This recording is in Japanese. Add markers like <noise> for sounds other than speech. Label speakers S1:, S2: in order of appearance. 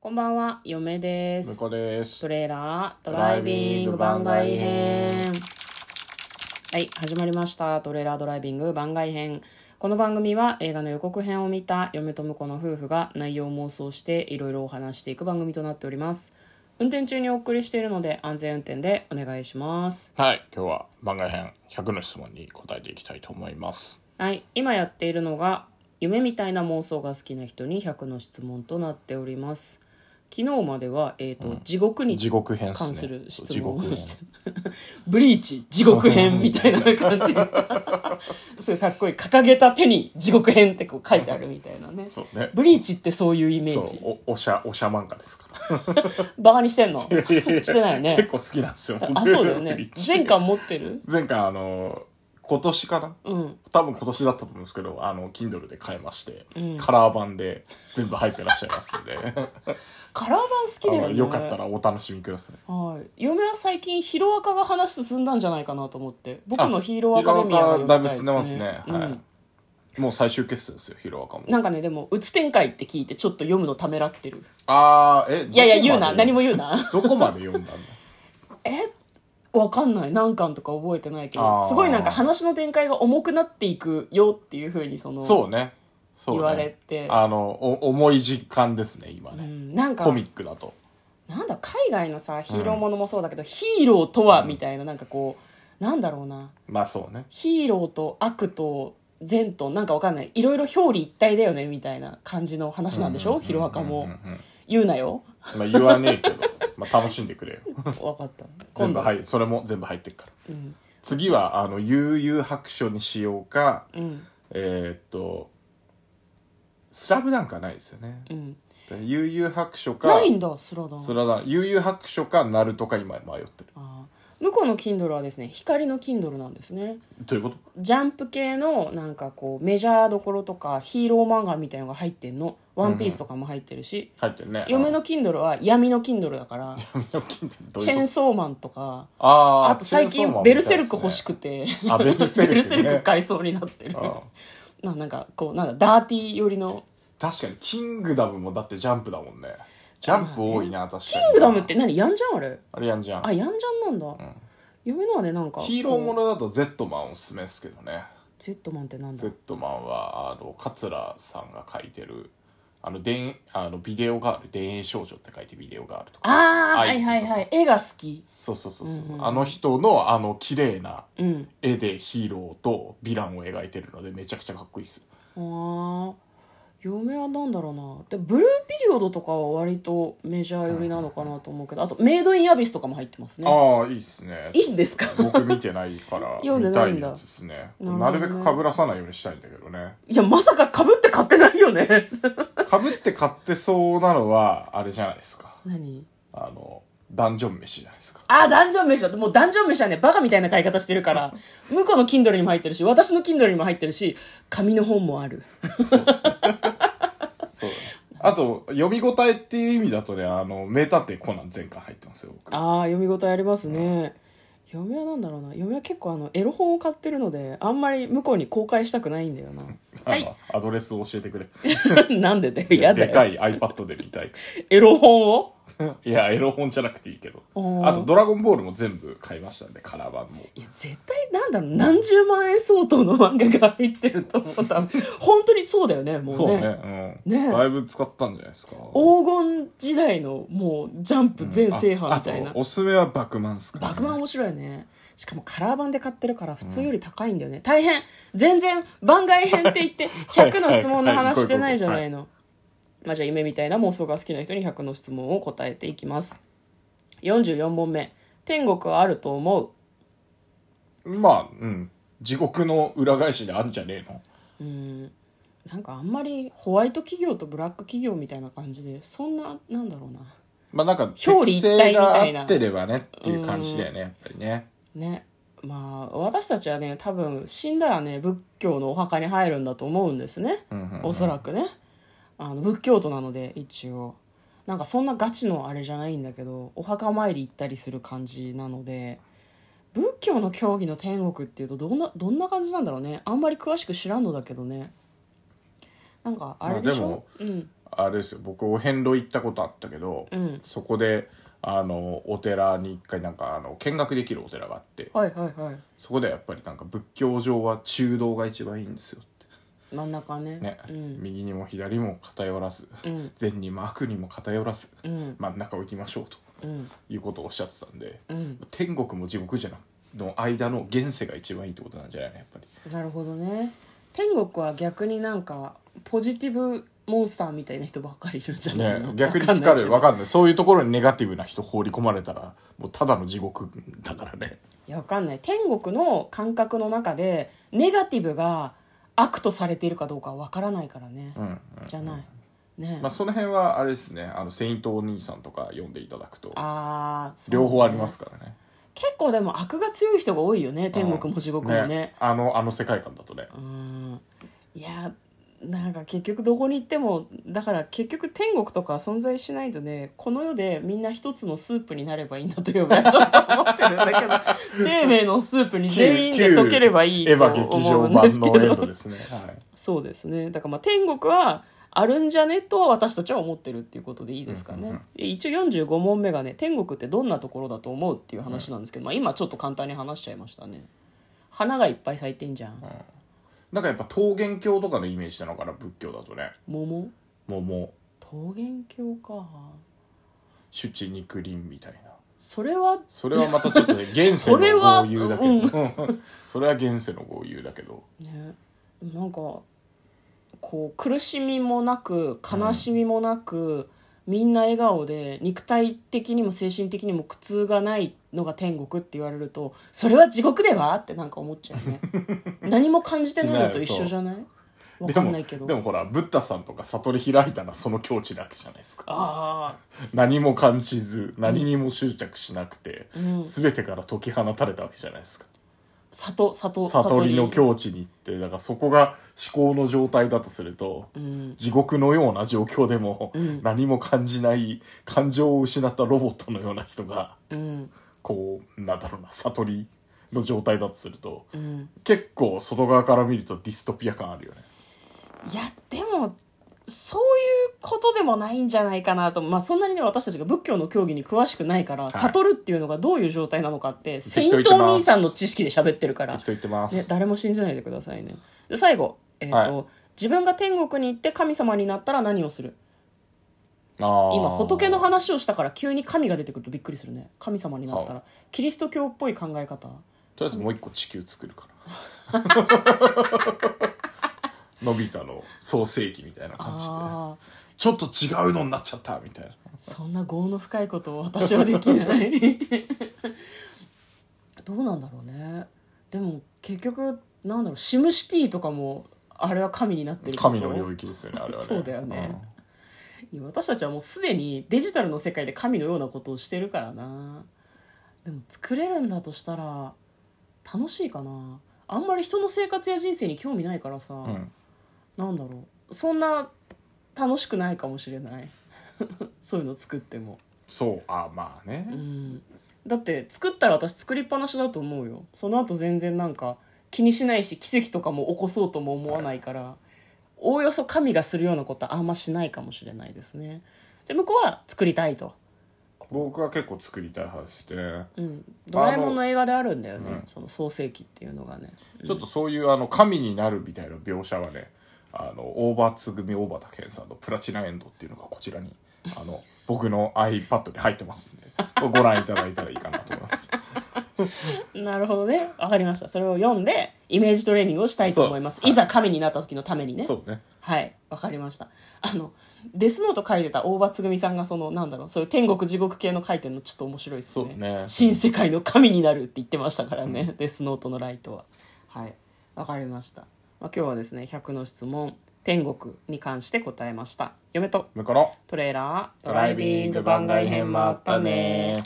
S1: こんばんは、嫁で
S2: 向
S1: す。
S2: こうです
S1: ト。レーラードライビング番外編。はい、始まりました。トレーラードライビング番外編。この番組は映画の予告編を見た嫁と婿の夫婦が内容を妄想していろいろお話していく番組となっております。運転中にお送りしているので安全運転でお願いします。
S2: はい、今日は番外編100の質問に答えていきたいと思います。
S1: はい、今やっているのが夢みたいな妄想が好きな人に100の質問となっております。昨日までは、えーと地獄に
S2: 地獄編
S1: 関
S2: ですす
S1: る
S2: ね。
S1: 質
S2: 地
S1: 問を
S2: 獄編。
S1: して <laughs> ブリーチ地獄編みたいな感じ <laughs> すごいかっこいい掲げた手に地獄編ってこう書いてあるみたいなね
S2: そうね。
S1: ブリーチってそういうイメ
S2: そう
S1: ージ、
S2: お、おしゃ、おしゃ漫画ですから。
S1: バカにしてんのしてないよ <laughs>
S2: 結
S1: ね
S2: 構好きなんですよ。
S1: あそうだよ
S2: <laughs> ブリ
S1: ね
S2: ーチ
S1: 前回持ってる
S2: 前回あの、今年かな
S1: うん
S2: 多分今年だったと思うんですけど、あの、Kindle で買いまして、カラー版で全部入ってらっしゃいますんで、
S1: カラー版好きだ
S2: あ
S1: よ
S2: の
S1: ね
S2: よかったらお楽しみください。
S1: はい、嫁は最近ヒロアカが話進んだんじゃないかなと思って僕のヒーローアカ
S2: カ
S1: デミアが読み
S2: だ
S1: た
S2: いぶ進んでますね。
S1: うん
S2: はい。もう最終決戦ですよ、ヒロアカも。
S1: なんかねでも「うつ展開」って聞いてちょっと読むのためらってる
S2: あー、え、
S1: いやいや言うな何も
S2: う。
S1: 言うな
S2: どこまで読んだんだ
S1: えわかんない何巻とか覚えてないけ
S2: あ
S1: ど
S2: ー
S1: すごいなんか話の展開が重くなっていくよっていうふうに <laughs> その
S2: そうね。そうね
S1: 言われて
S2: あの、お重い実感ですね、今
S1: う
S2: ね。
S1: ん、なんか
S2: コミックだと。
S1: なんだ海外のさヒーローものもそうだけど、ヒーローとはみたいななんかこうなんだろうな
S2: まあそうね。
S1: ヒーローと悪と善となんかわかんないいろいろ表裏一体だよねみたいな感じの話なんでしょ、ヒロアカも、
S2: うんうんうん
S1: 言うなよ
S2: まあ言わねえけど、 <laughs> まあ楽しんでくれよ。
S1: わかった
S2: 全
S1: 今
S2: 部
S1: 度
S2: はい、それも全部入ってるから。
S1: うん
S2: 次は、あの、悠々白書にしようか、
S1: うん
S2: えーっと、スラブなんかないですよね
S1: う。ん
S2: 悠々白書か、
S1: ないんだスラダン
S2: スラダン、悠々白書か、ナルトか今迷ってる。
S1: あー向こうの Kindle はですね光の Kindle なんですね
S2: どういうこと
S1: ジャンプ系のなんかこうメジャーどころとかヒーロー漫画みたいのが入ってんの「ワンピースとかも入ってるし、
S2: 入ってるね。
S1: 嫁の Kindle は闇の Kindle だから
S2: あ。闇の金ってどう
S1: チェ
S2: い
S1: ーン
S2: うこと
S1: ソーマンとか
S2: あー
S1: あと最
S2: チェーンソー
S1: 近
S2: マン
S1: ベルセルク欲し
S2: み
S1: くて、
S2: たいですねあ、ベルセルク、
S1: ベ
S2: ね。
S1: ルセルク買いそうになってる
S2: ああ
S1: ななんかこうなんだダーティー寄りの
S2: 確かにキングダムもだってジャンプだもんねジャンプ多いな確かに
S1: キングダムって何やんじゃんあれ
S2: あれやんじゃ
S1: あ
S2: ん
S1: やんじゃんなんだ、嫁のはねなんか
S2: ヒーローも
S1: こう
S2: のだとゼットマンおすすめですけどね
S1: ゼットマンってなんだ
S2: ゼットマンはあの桂さんが書いてるあの電あのビデオガール「電影少女」って書いてビデオガールとか
S1: ああ
S2: ア
S1: は
S2: イ
S1: い
S2: ズとか
S1: はいはい絵が好き
S2: そうそうそうそう,、
S1: うんうん
S2: あの人のあの綺麗な
S1: うん
S2: 絵でヒーローとヴィランを描いてるのでめちゃくちゃかっこいいっす
S1: ああ嫁はなんだろうなでブルーピリオドとかは割とメジャー寄りなのかなと思うけどあとメイド・イン・アビスとかも入ってますね
S2: ああいいっすね
S1: いいんですか
S2: 僕見てないから
S1: <laughs> 読んで
S2: 見
S1: な
S2: た
S1: いん
S2: い
S1: だ
S2: やつですね
S1: なるほどね
S2: なるべく被らさないようにしたいんだけどね
S1: いやまさかかぶって買ってないよね
S2: かぶって買ってそうなのはあれじゃないですか
S1: <laughs> 何
S2: あのダンジョン飯じゃないですか
S1: ああダンジョン飯だってもうダンジョン飯はねバカみたいな買い方してる <laughs> から向こうの Kindle にも入ってるし私の Kindle にも入ってるし紙の本もある
S2: そうあと読み応えっていう意味だとねあの名探偵コナン全巻入ってますよ僕
S1: ああ読み応えありますね、嫁はなんだろうな嫁は結構あのエロ本を買ってるのであんまり向こうに公開したくないんだよなは
S2: あ
S1: い
S2: のアドレスを教えてくれ
S1: <laughs> なんでだよ嫌だよ
S2: でかい iPad で見たい
S1: エロ本を
S2: いやエロ本じゃなくていいけど
S1: おー
S2: あと「ドラゴンボール」も全部買いましたんでカラー版も
S1: いや絶対なんだろう何十万円相当の漫画が入ってると思う多
S2: <laughs>
S1: 分本当にそうだよねもう
S2: そう
S1: ね
S2: ねうん
S1: ね
S2: だいぶ使ったんじゃないですか
S1: 黄金時代のもうジャンプ全制覇みたい
S2: ああ
S1: な、
S2: とおすすめはバクマンっすか、ね、
S1: バクマン面白いよねしかもカラー版で買ってるから普通より高いんだよね、大変全然番外編って言って
S2: <laughs> はい
S1: 100の質問の話してないじゃないの、まあじゃあ夢みたいな妄想が好きな人に100の質問を答えていきます44問目天国はあると思う
S2: まあうん地獄の裏返しであんじゃねえの
S1: うんなんかあんまりホワイト企業とブラック企業みたいな感じでそんななんだろうな
S2: まあなんか
S1: 表裏一体みたいな
S2: 適性が合ってればねっていう感じだよねやっぱりね
S1: ねまあ私たちはね多分死んだらね仏教のお墓に入るんだと思うんですね、
S2: うんうんうん
S1: おそらくねあの仏教徒なので一応なんかそんなガチのあれじゃないんだけどお墓参り行ったりする感じなので仏教の教義の天国っていうとどんなどんな感じなんだろうねあんまり詳しく知らんのだけどねなんかあれでしょ、う
S2: まあ
S1: ん
S2: あれですよ僕お遍路行ったことあったけど、
S1: うん
S2: そこであのお寺に一回なんかあの見学できるお寺があって
S1: はいはいはい
S2: そこではやっぱりなんか仏教上は中道が一番いいんですよっ
S1: 真ん中ね
S2: てね、
S1: うん
S2: 右にも左も偏らず、
S1: うん
S2: 善にも悪にも偏らず
S1: うん
S2: 真ん中を行きましょうと
S1: うん
S2: いうことをおっしゃってたんで
S1: うん
S2: 天国も地獄じゃなの間の現世が一番いいってことなんじゃないのやっぱり
S1: なるほどね天国は逆になんかポジティブモンスターみたいな人ばっかりいるんじゃない
S2: ね
S1: の、、
S2: 逆に
S1: わかんないけ
S2: 疲れ
S1: ど
S2: るわかんないそういうところにネガティブな人放り込まれたらもうただの地獄だからね
S1: いやわかんない天国の感覚の中でネガティブが悪とされているかどうかはわからないからね、
S2: うん、うん
S1: じゃないね、
S2: まあ、その辺はあれですねあのセイントお兄さんとか読んでいただくと
S1: あーそうね
S2: 両方ありますからね
S1: 結構でも悪が強い人が多いよね天国も地獄も
S2: うん
S1: ね
S2: あのあの世界観だとね
S1: うんいやなんか結局どこに行ってもだから結局天国とかは存在しないとねこの世でみんな一つのスープになればいいんだというの <laughs> はちょっと思ってるんだけど生命のスープに全員で溶ければいい
S2: エ
S1: と
S2: ヴァ劇
S1: 思
S2: 場
S1: うんです
S2: 版
S1: け
S2: のエンド
S1: ど
S2: ですね、はい、
S1: そうですねだからまあ天国はあるんじゃねとは私たちは思ってるっていうことでいいですかね、
S2: うんうんうん
S1: 一応45問目がね天国ってどんなところだと思うっていう話なんですけど、まあ、今ちょっと簡単に話しちゃいましたね花がいっぱい咲いてんじゃん、
S2: なんかやっぱ桃源郷とかのイメージなのかな仏教だとね
S1: 桃
S2: もうも
S1: 桃源郷か
S2: う朱地肉林みたいな
S1: それは
S2: それはまたちょっとね現世
S1: それ
S2: の
S1: は
S2: 豪遊だけど、それは現世の豪遊だけど
S1: ねなんかこう苦しみもなく悲しみもなく、みんな笑顔で肉体的にも精神的にも苦痛がないのが天国って言われるとそれは地獄ではってなんか思っちゃうね
S2: <laughs>
S1: 何も感じてないのと一緒じゃないわ
S2: で
S1: か
S2: も
S1: んないけど
S2: でもほらブッダさんとか悟り開いたのはその境地なわけじゃないですか
S1: あ
S2: 何も感じず何にも執着しなくて、
S1: あうん
S2: 全てから解き放たれたわけじゃないですか
S1: 里里
S2: 悟りの境地に行ってだからそこが思考の状態だとすると、
S1: うん
S2: 地獄のような状況でも、
S1: うん
S2: 何も感じない感情を失ったロボットのような人が
S1: うん
S2: こうなんだろうな悟りの状態だとすると
S1: うん
S2: 結構外側から見るとディストピア感あるよね
S1: いやでもそういうことでもないんじゃないかなと、まあ、そんなにね私たちが仏教の教義に詳しくないから、
S2: い
S1: 悟るっていうのがどういう状態なのかってセイ
S2: 適当
S1: ント
S2: 言ってます
S1: お兄さんの知識で喋ってるから
S2: 適当言ってま
S1: ね
S2: す、
S1: 誰も信じないでくださいねで最後、えーと
S2: は
S1: 自分が天国に行って神様になったら何をする今
S2: 今
S1: 仏の話をしたから急に神が出てくるとびっくりするね神様になったら
S2: は
S1: キリスト教っぽい考え方
S2: とりあえずもう一個地球作るから <laughs> のび太の創世紀みたいな感じで
S1: ああ
S2: ちょっと違うのになっちゃったみたいな
S1: そんな業の深いことを私はできない <laughs> どうなんだろうねでも結局なんだろうシムシティとかもあれは神になってる
S2: 神の領
S1: 域
S2: 域ですよねあれはね
S1: そうだよね私たちはもうすでにデジタルの世界で神のようなことをしてるからなでも作れるんだとしたら楽しいかなあんまり人の生活や人生に興味ないからさ、
S2: うんうん
S1: なんだろうそんな楽しくないかもしれない <laughs> そういうの作っても
S2: そうあまあね、
S1: うんだって作ったら私作りっぱなしだと思うよその後全然なんか気にしないし奇跡とかも起こそうとも思わないから、おおよそ神がするようなことはあんましないかもしれないですねじゃあ向こうは作りたいと、
S2: 僕は結構作りたい派ですね、
S1: うん、ドラえもんの映画であるんだよね、その創世記っていうのがね
S2: ちょっとそういうあの神になるみたいな描写はねあのオーバーツ組大畑健さんの「プラチナエンド」っていうのがこちらにあの <laughs> 僕の iPad に入ってますんでご覧いただいたらいいかなと思います
S1: なるほどねわかりましたそれを読んでイメージトレーニングをしたいと思います
S2: そうです
S1: いざ神になった時のためにね
S2: そうね
S1: はい、わかりました。あの、デスノート書いてた大場つぐみさんが、その、なんだろう、そういう天国地獄系の書いてるのちょっと面白いですね。
S2: そうね
S1: 新世界の神になるって言ってましたからね、デスノートのライトは。はい、わかりました。まあ、今日はですね、100の質問、天国に関して答えました。嫁と
S2: だから
S1: トレーラー、ド
S2: ドライビング番外編もあったね